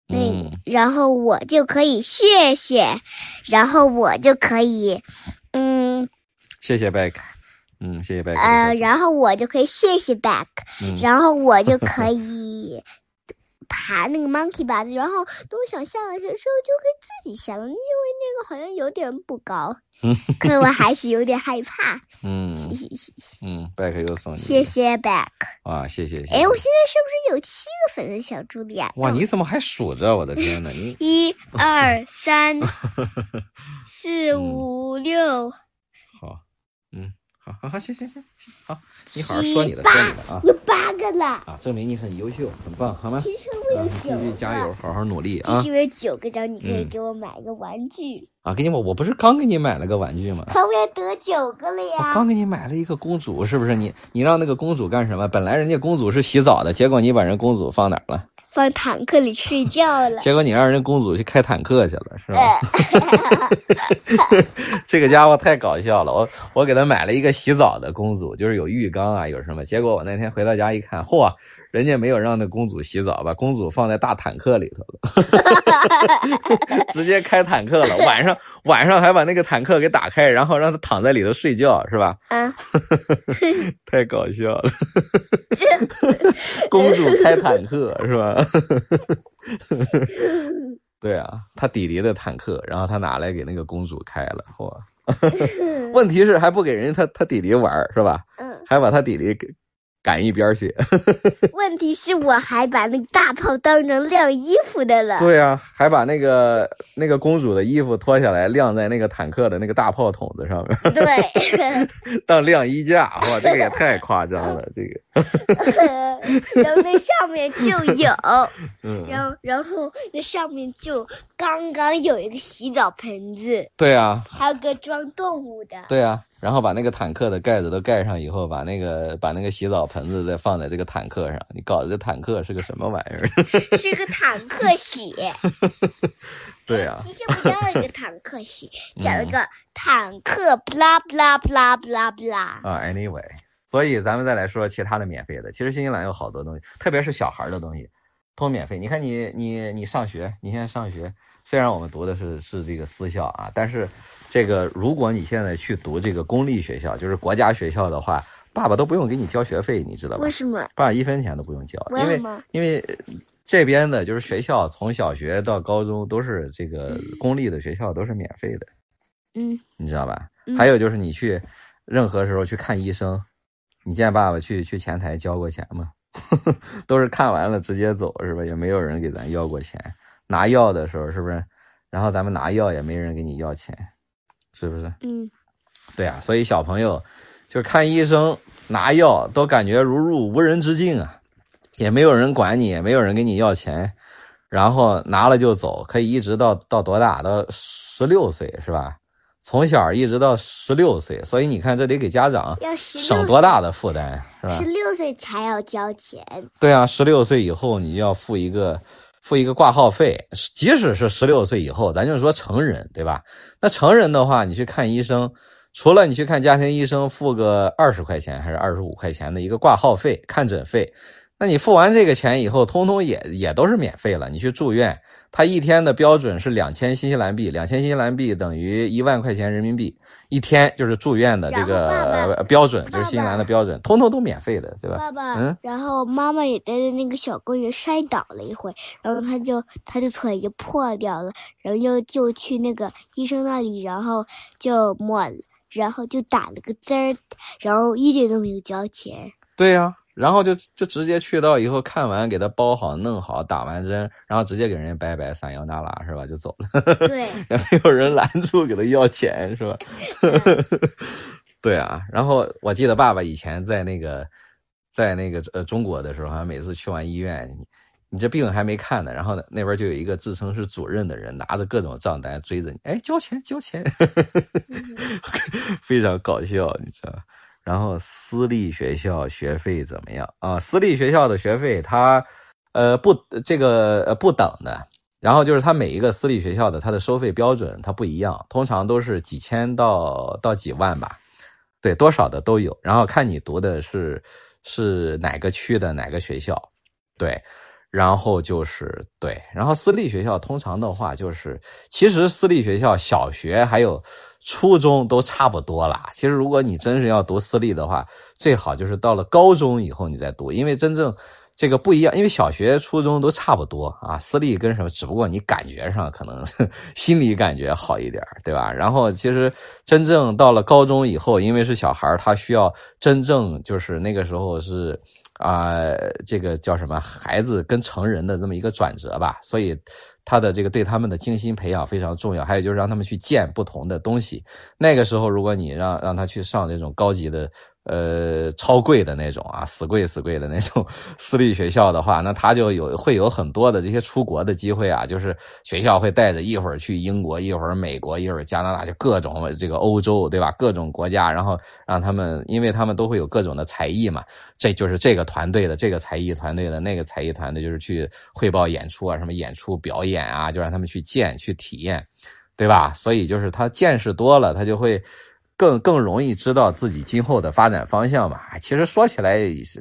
Speaker 2: 那、
Speaker 1: 嗯
Speaker 2: 然后我就可以谢谢，然后我就可以，嗯
Speaker 1: 谢谢贝克，嗯，谢谢贝克。
Speaker 2: 呃，然后我就可以谢谢 back，
Speaker 1: 嗯
Speaker 2: 然后我就可 以爬那个 monkey bars，然后等我想下来的时候就可以自己下了，因为那个好像有点不 高，可我还是有点害怕。
Speaker 1: 嗯 嗯，贝克又送你。
Speaker 2: 谢谢 back。
Speaker 1: 啊，谢谢。谢谢
Speaker 2: 哎，我现在是不是有七个粉丝小助理啊？
Speaker 1: 哇，
Speaker 2: 让我
Speaker 1: 你怎么还数着？我的天呐，你
Speaker 2: 一二 三四
Speaker 1: 嗯
Speaker 2: 五六
Speaker 1: 好，嗯，好好好，行行行行，好，你
Speaker 2: 七
Speaker 1: 好好说你的，说
Speaker 2: 八
Speaker 1: 你，的啊
Speaker 2: 有八个了。
Speaker 1: 啊，证明你很优秀，很棒，好吗？
Speaker 2: 其实我
Speaker 1: 啊
Speaker 2: 有
Speaker 1: 继
Speaker 2: 九
Speaker 1: 续
Speaker 2: 个，
Speaker 1: 加油，好好努力
Speaker 2: 其
Speaker 1: 啊
Speaker 2: 实！我有九个，然后你可以
Speaker 1: 嗯
Speaker 2: 给我买个玩具。
Speaker 1: 啊，给你我我不是刚给你买了个玩具吗？
Speaker 2: 可我也得九个了
Speaker 1: 我刚
Speaker 2: 呀！
Speaker 1: 给你买了一个公主，是不是？你你让那个公主干什么？本来人家公主是洗澡的，结果你把人公主放哪儿了？
Speaker 2: 放坦克里睡觉了。
Speaker 1: 结果你让人公主去开坦克去了，是吧？
Speaker 2: 呃，
Speaker 1: 这个家伙太搞笑了，我我给他买了一个洗澡的公主，就是有浴缸啊，有什么？结果我那天回到家一看，嚯，人家没有让那公主洗澡，把公主放在大坦克里头了，直接开坦克了。晚上晚上还把那个坦克给打开，然后让她躺在里头睡觉，是吧？
Speaker 2: 啊，
Speaker 1: 太搞笑 了，公主开坦克是 吧？对啊，他弟弟的坦克，然后他拿来给那个公主开了，嚯！问题是还不给人家他他弟弟玩儿是吧？
Speaker 2: 嗯，
Speaker 1: 还把他弟弟给赶一边儿 去。
Speaker 2: 问题是我还把那个大炮当成晾衣服的了。
Speaker 1: 对啊，还把那个那个公主的衣服脱下来晾在那个坦克的那个大炮筒子上面
Speaker 2: 对，
Speaker 1: 当晾衣架，哇，这个也太夸张了，这个
Speaker 2: 然后那上面就有，
Speaker 1: 嗯。
Speaker 2: 然后然后那上面就刚刚有一个洗澡盆子，
Speaker 1: 对啊，
Speaker 2: 还有个装动物的。
Speaker 1: 对啊，然后把那个坦克的盖子都盖上以后，把那个把那个洗澡盆子再放在这个坦克上，你搞得这坦克是个什么玩意儿？
Speaker 2: 是个坦克洗。
Speaker 1: 对啊
Speaker 2: 呃
Speaker 1: 嗯
Speaker 2: 其实不叫一个坦克洗，叫一个坦克，不啦不啦不啦不啦不啦。
Speaker 1: 啊，anyway，所以咱们再来说其他的免费的。其实新西兰有好多东西，特别是小孩儿的东西，都免费。你看你你你上学，你现在上学，虽然我们读的是是这个私校啊，但是这个如果你现在去读这个公立学校，就是国家学校的话，爸爸都不用给你交学费，你知道吧
Speaker 2: 为？什么？
Speaker 1: 爸爸一分钱都不用交，
Speaker 2: 为
Speaker 1: 因
Speaker 2: 什么
Speaker 1: 为因为呃这边的就是学校，从小学到高中都是这个公立的学校都是免费的，
Speaker 2: 嗯，
Speaker 1: 你知道吧？
Speaker 2: 嗯
Speaker 1: 还有就是你去任何时候去看医生，你见爸爸去去前台交过钱吗？ 都是看完了直接走是吧？也没有人给咱要过钱。拿药的时候是不是？然后咱们拿药也没人给你要钱，是不是？
Speaker 2: 嗯，
Speaker 1: 对啊，所以小朋友就是看医生、拿药都感觉如入无人之境啊，也没有人管你，也没有人给你要钱，然后拿了就走，可以一直到到多大？到十六岁是吧？从小一直到十六岁，所以你看这得给家长
Speaker 2: 要十
Speaker 1: 省多大的负担啊是吧？
Speaker 2: 十六岁才要交钱，
Speaker 1: 对啊，十六岁以后你要付一个付一个挂号费，即使是十六岁以后，咱就说成人，对吧？那成人的话，你去看医生，除了你去看家庭医生付个二十块钱还是二十五块钱的一个挂号费、看诊费，那你付完这个钱以后，通通也也都是免费了。你去住院，他一天的标准是两千新西兰币，两千新西兰币等于一万块钱人民币，一天就是住院的这个
Speaker 2: 然后爸爸
Speaker 1: 呃标准，
Speaker 2: 爸爸
Speaker 1: 就是新西兰的标准，通通都免费的，对吧？
Speaker 2: 爸爸，
Speaker 1: 嗯
Speaker 2: 然后妈妈也在那个小公园摔倒了一回，然后她就她的腿就破掉了，然后就就去那个医生那里，然后就抹，然后就打了个针儿，然后一点都没有交 钱。
Speaker 1: 对呀、然后就就直接去到以后看完，给他包好、弄好，打完针，然后直接给人家拜拜、撒由那拉是吧？就走了，
Speaker 2: 对，
Speaker 1: 也没有人拦住给他要钱是吧？ 对啊，然后我记得爸爸以前在那个，在那个呃中国的时候，好像每次去完医院，你你这病还没看呢，然后呢那边就有一个自称是主任的人，拿着各种账单追着你，哎，交钱交钱， 非常搞笑，你知道吧。然后私立学校学费怎么样啊？私立学校的学费它，呃不这个呃不等的，然后就是它每一个私立学校的它的收费标准它不一样，通常都是几千到到几万吧，对，多少的都有。然后看你读的是是哪个区的哪个学校，对，然后就是对，然后私立学校通常的话就是，其实私立学校小学还有初中都差不多啦。其实如果你真是要读私立的话，最好就是到了高中以后你再读，因为真正这个不一样，因为小学、初中都差不多啊。私立跟什么，只不过你感觉上可能 心理感觉好一点儿，对吧？然后其实真正到了高中以后，因为是小孩儿他需要真正就是那个时候是。啊、这个叫什么？孩子跟成人的这么一个转折吧，所以他的这个对他们的精心培养非常重要。还有就是让他们去见不同的东西。那个时候，如果你让让他去上这种高级的，呃，超贵的那种啊，死贵死贵的那种私立学校的话，那他就有会有很多的这些出国的机会啊，就是学校会带着一会儿去英国，一会儿美国，一会儿加拿大，就各种这个欧洲，对吧？各种国家，然后让他们，因为他们都会有各种的才艺嘛，这就是这个团队的这个才艺团队的那个才艺团队，就是去汇报演出啊，什么演出表演啊，就让他们去见去体验，对吧？所以就是他见识多了，他就会更更容易知道自己今后的发展方向嘛。哎其实说起来也是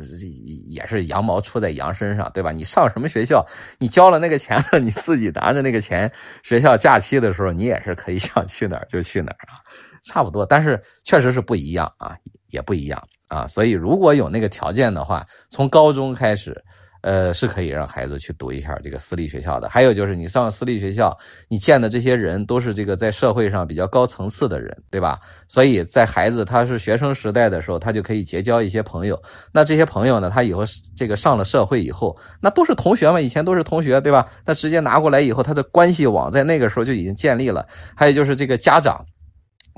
Speaker 1: 也是羊毛出在羊身上，对吧？你上什么学校，你交了那个钱了，你自己拿着那个钱，学校假期的时候你也是可以 想去哪儿就去哪儿啊，差不多。但是确实是不一样啊，也不一样啊。所以如果有那个条件的话，从高中开始。呃，是可以让孩子去读一下这个私立学校的。还有就是，你上私立学校，你见的这些人都是这个在社会上比较高层次的人，对吧？所以在孩子他是学生时代的时候，他就可以结交一些朋友。那这些朋友呢，他以后是这个上了社会以后，那都是同学嘛，以前都是同学，对吧？那直接拿过来以后，他的关系网在那个时候就已经建立了。还有就是这个家长。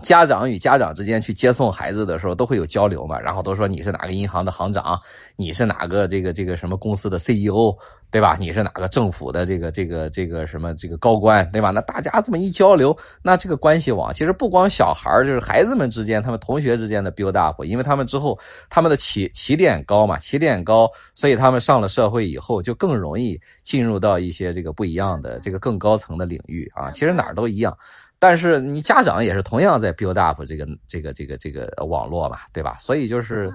Speaker 1: 家长与家长之间去接送孩子的时候都会有交流嘛，然后都说你是哪个银行的行长，你是哪个这个这个什么公司的 CEO，对吧？你是哪个政府的这个这个这个什么这个高官，对吧？那大家这么一交流，那这个关系网其实不光小孩儿，就是孩子们之间，他们同学之间的 build up，因为他们之后他们的起起点高嘛，起点高，所以他们上了社会以后就更容易进入到一些这个不一样的这个更高层的领域啊。其实哪儿都一样。但是你家长也是同样在 build up 这个这个这个这个网络嘛，对吧？所以就是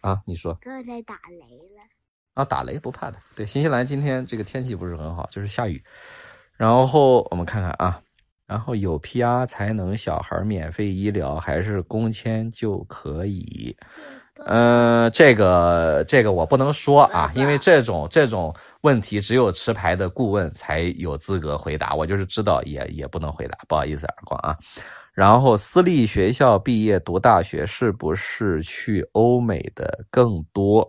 Speaker 1: 啊，你说
Speaker 2: 刚才打雷了。
Speaker 1: 啊，打雷不怕的。对，新西兰今天这个天气不是很好，就是下雨。然后我们看看啊，然后有 PR 才能小孩免费医疗，还是工签就可以？嗯，这个这个我不能说啊，因为这种这种问题只有持牌的顾问才有资格回答，我就是知道也也不能回答，不好意思，耳光啊。然后私立学校毕业读大学是不是去欧美的更多？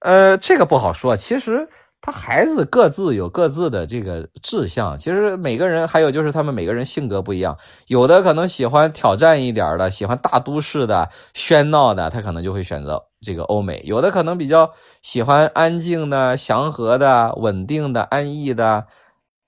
Speaker 1: 呃，这个不好说。其实他孩子各自有各自的这个志向，其实每个人还有就是他们每个人性格不一样，有的可能喜欢挑战一点儿的，喜欢大都市的、喧闹的，他可能就会选择这个欧美；有的可能比较喜欢安静的、祥和的、稳定的、安逸的。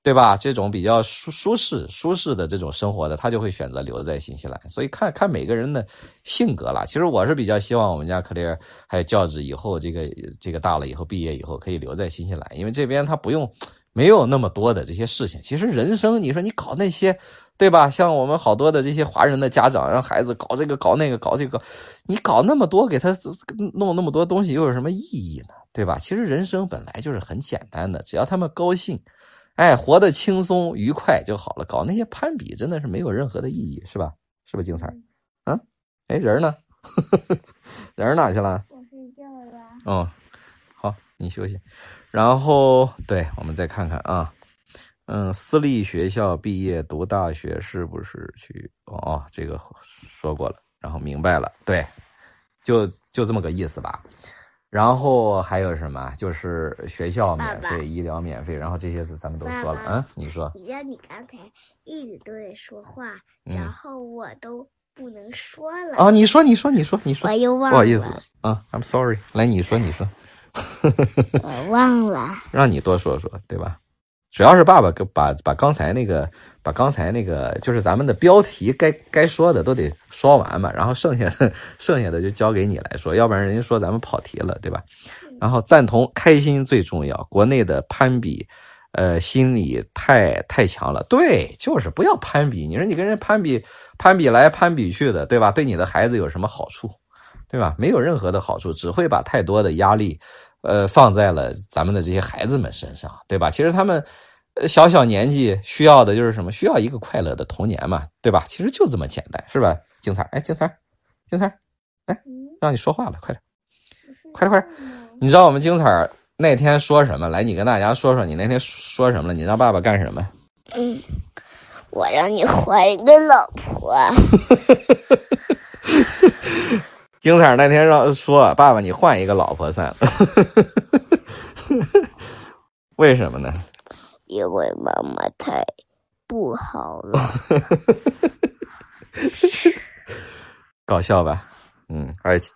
Speaker 1: 对吧？这种比较舒舒适、舒适的这种生活的，他就会选择留在新西兰。所以看 看每个人的性格啦。其实我是比较希望我们家克莱尔还有教职以后这个这个大了以后毕业以后可以留在新西兰，因为这边他不用没有那么多的这些事情。其实人生，你说你搞那些，对吧？像我们好多的这些华人的家长，让孩子搞这个搞那个搞这个，你搞那么多，给他弄那么多东西，又有什么意义呢？对吧？其实人生本来就是很简单的，只要他们高兴，哎，活得轻松愉快就好了。搞那些攀比真的是没有任何的意义，是吧？是不是精彩？啊，哎，人呢？ 人哪去了？
Speaker 2: 我睡觉了。
Speaker 1: 嗯，好，你休息。然后，对我们再看看啊，嗯，私立学校毕业读大学是不是去？哦，这个说过了，然后明白了，对，就就这么个意思吧。然后还有什么？就是学校免费、
Speaker 2: 爸爸
Speaker 1: 医疗免费，然后这些咱们都说了。
Speaker 2: 爸爸
Speaker 1: 嗯，你说，
Speaker 2: 你让你刚才一直都在说话，
Speaker 1: 嗯
Speaker 2: 然后我都不能说了，
Speaker 1: 哦，你说，你说，你说，你说
Speaker 2: 我，又忘了，
Speaker 1: 不好意思啊，I'm sorry。来，你说，你说，
Speaker 2: 我忘了。
Speaker 1: 让你多说说，对吧？主要是爸爸跟把把刚才那个把刚才那个就是咱们的标题该该说的都得说完嘛，然后剩下的 剩下的就交给你来说，要不然人家说咱们跑题了，对吧？然后赞同，开心最重要。国内的攀比，呃，心理太太强了。对，就是不要攀比。你说你跟人攀比，攀比来攀比去的，对吧？对你的孩子有什么好处？对吧？没有任何的好处，只会把太多的压力，呃，放在了咱们的这些孩子们身上，对吧？其实他们，呃，小小年纪需要的就是什么？需要一个快乐的童年嘛，对吧？其实就这么简单，是吧？精彩，哎，精彩，精彩，
Speaker 2: 嗯，
Speaker 1: 让你说话了，快点。快点
Speaker 2: 点
Speaker 1: 快点
Speaker 2: 点，
Speaker 1: 你知道我们精彩儿那天说什么？来，你跟大家说说你那天说什么了？你让爸爸干什么？
Speaker 2: 嗯，我让你换一个老婆。
Speaker 1: 精彩儿那天让说爸爸，你换一个老婆算了， 为什么呢？
Speaker 2: 因为妈妈太不好
Speaker 1: 哦
Speaker 2: 了。
Speaker 1: 搞笑吧？嗯，而且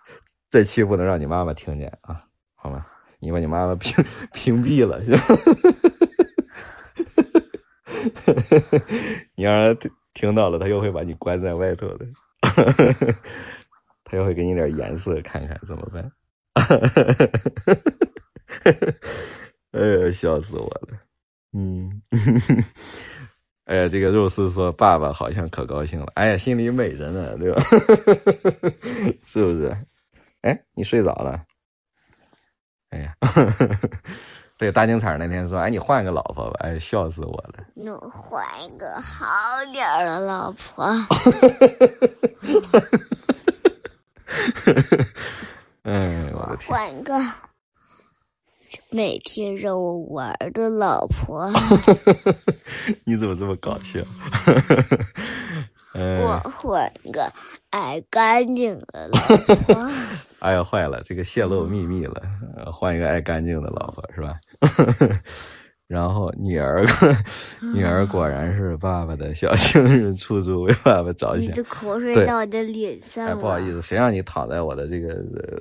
Speaker 1: 这期不能让你妈妈听见啊，好吗？你把你妈妈屏屏蔽了，你让她听听到了，她又会把你关在外头的，她又会给你点颜色看看，怎么办？ 哎呀，笑死我了！嗯，哎呀，这个肉丝说爸爸好像可高兴了，哎呀，心里美着呢，对吧？ 是不是？哎，你睡着了？哎呀， 对，大金彩儿那天说，哎，你换个老婆吧，哎，笑死我了。
Speaker 2: 那我换一个好点儿的老婆。
Speaker 1: 哎，我的天，
Speaker 2: 换个每天让我玩儿的老婆，
Speaker 1: 你怎么这么搞笑？
Speaker 2: 我
Speaker 1: 嗯，
Speaker 2: 换个爱干净的老 婆。
Speaker 1: 哎呀，坏了，这个泄露秘密了，呃换一个爱干净的老婆是吧？ 然后女儿， 女儿果然是爸爸的小情人，处处为爸爸着
Speaker 2: 你
Speaker 1: 想。
Speaker 2: 的口水
Speaker 1: 对
Speaker 2: 到我的脸上
Speaker 1: 哎，
Speaker 2: 了，
Speaker 1: 不好意思，谁让你躺在我的这个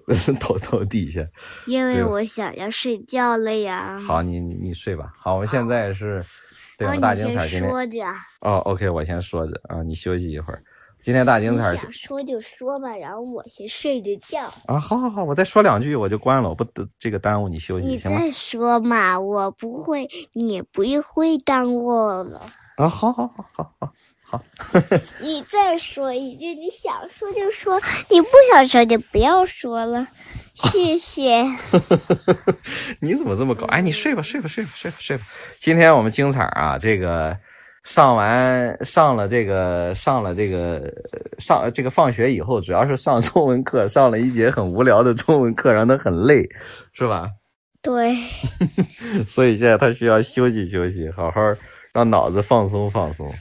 Speaker 1: 呃 头头底下？
Speaker 2: 因为
Speaker 1: 对
Speaker 2: 我想要睡觉了呀。
Speaker 1: 好，你你你睡吧。好，我们现在是，对，我们
Speaker 2: 然后
Speaker 1: 大
Speaker 2: 啊你
Speaker 1: 精彩今
Speaker 2: 先
Speaker 1: 天
Speaker 2: 说着，
Speaker 1: 哦，OK，我先说着啊，你休息一会儿。今天大精
Speaker 2: 你
Speaker 1: 彩
Speaker 2: 想说就说吧，然后我先睡着觉。
Speaker 1: 啊，好好好，我再说两句我就关了，我不得这个耽误你休息，
Speaker 2: 你
Speaker 1: 行吗？
Speaker 2: 再说嘛，我不会，你不会耽误我了。
Speaker 1: 啊，好好好好好，
Speaker 2: 你再说一句，你想说就说，你不想说就不要说了。谢谢。
Speaker 1: 你怎么这么搞？哎，你睡吧，睡吧，睡吧，睡吧，睡吧。今天我们精彩啊，这个上完上了这个上了这个上这个放学以后，主要是上中文课，上了一节很无聊的中文课，让他很累，是吧？
Speaker 2: 对，
Speaker 1: 所以现在他需要休息休息，好好让脑子放松放松。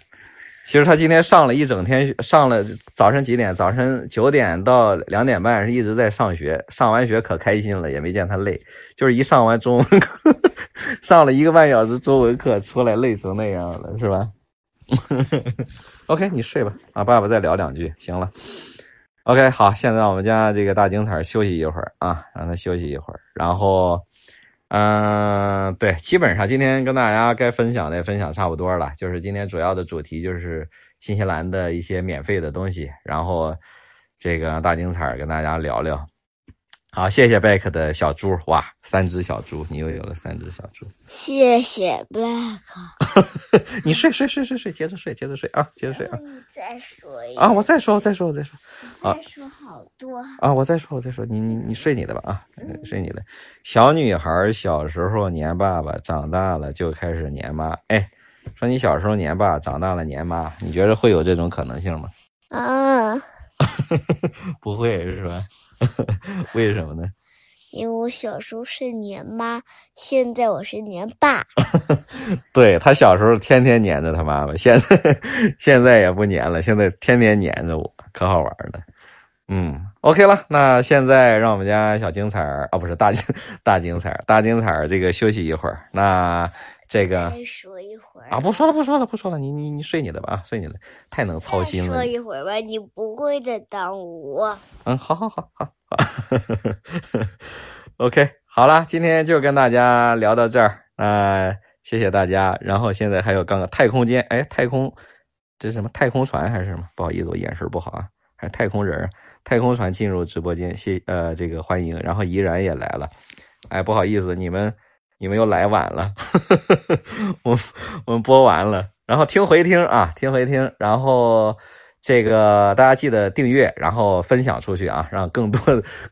Speaker 1: 其实他今天上了一整天，上了早晨几点？早晨九点到两点半是一直在上学，上完学可开心了，也没见他累，就是一上完中文课， 上了一个半小时中文课出来累成那样了，是吧 ？OK，你睡吧，啊，爸爸再聊两句，行了。OK，好，现在我们家这个大精彩儿休息一会儿啊，让他休息一会儿，然后。嗯，对，基本上今天跟大家该分享的也分享差不多了，就是今天主要的主题就是新西兰的一些免费的东西，然后这个大精彩儿跟大家聊聊。好，谢谢贝克的小猪，哇，三只小猪，你又有了三只小猪。
Speaker 2: 谢谢 Black。
Speaker 1: 你睡睡睡睡睡，接着睡，接着睡啊，接着睡啊
Speaker 2: 你再说一
Speaker 1: 啊！我再说，我再说，我再说啊
Speaker 2: 再说好多。
Speaker 1: 啊！我再说，我再说，你你你睡你的吧啊，睡你的。小女孩小时候黏爸爸，长大了就开始黏妈。哎，说你小时候黏爸，长大了黏妈，你觉得会有这种可能性吗？
Speaker 2: 啊，
Speaker 1: 不会是吧？ 为什么呢？
Speaker 2: 因为我小时候是年妈，现在我是年爸。
Speaker 1: 对他小时候天天黏着他妈妈，现在现在也不黏了，现在天天黏着我，可好玩了。嗯，OK 了，那现在让我们家小精彩儿啊，不是大精 大精彩儿，大精彩儿这个休息一会儿。那这个
Speaker 2: 再说一会儿
Speaker 1: 啊，不说了，不说了，不说了，你你你睡你的吧啊，睡你的，太能操
Speaker 2: 再
Speaker 1: 心了
Speaker 2: 说
Speaker 1: 你。
Speaker 2: 一会儿吧，你不会再耽误我。
Speaker 1: 嗯，好好好好好 ，OK，好了，今天就跟大家聊到这儿，那、谢谢大家。然后现在还有刚刚太空间，哎，太空这是什么太空船还是什么？不好意思，我眼神不好啊，还是太空人儿，太空船进入直播间，谢呃这个欢迎。然后怡然也来了，哎，不好意思，你们你们又来晚了， 我们我们播完了，然后听回听啊，听回听，然后这个大家记得订阅，然后分享出去啊，让更多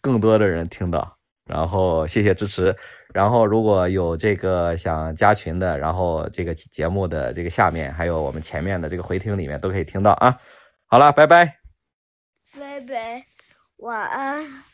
Speaker 1: 更多的人听到，然后谢谢支持。然后，如果有这个想加群的，然后这个节目的这个下面，还有我们前面的这个回听里面都可以听到啊。好了，拜拜。
Speaker 2: 拜拜，晚安。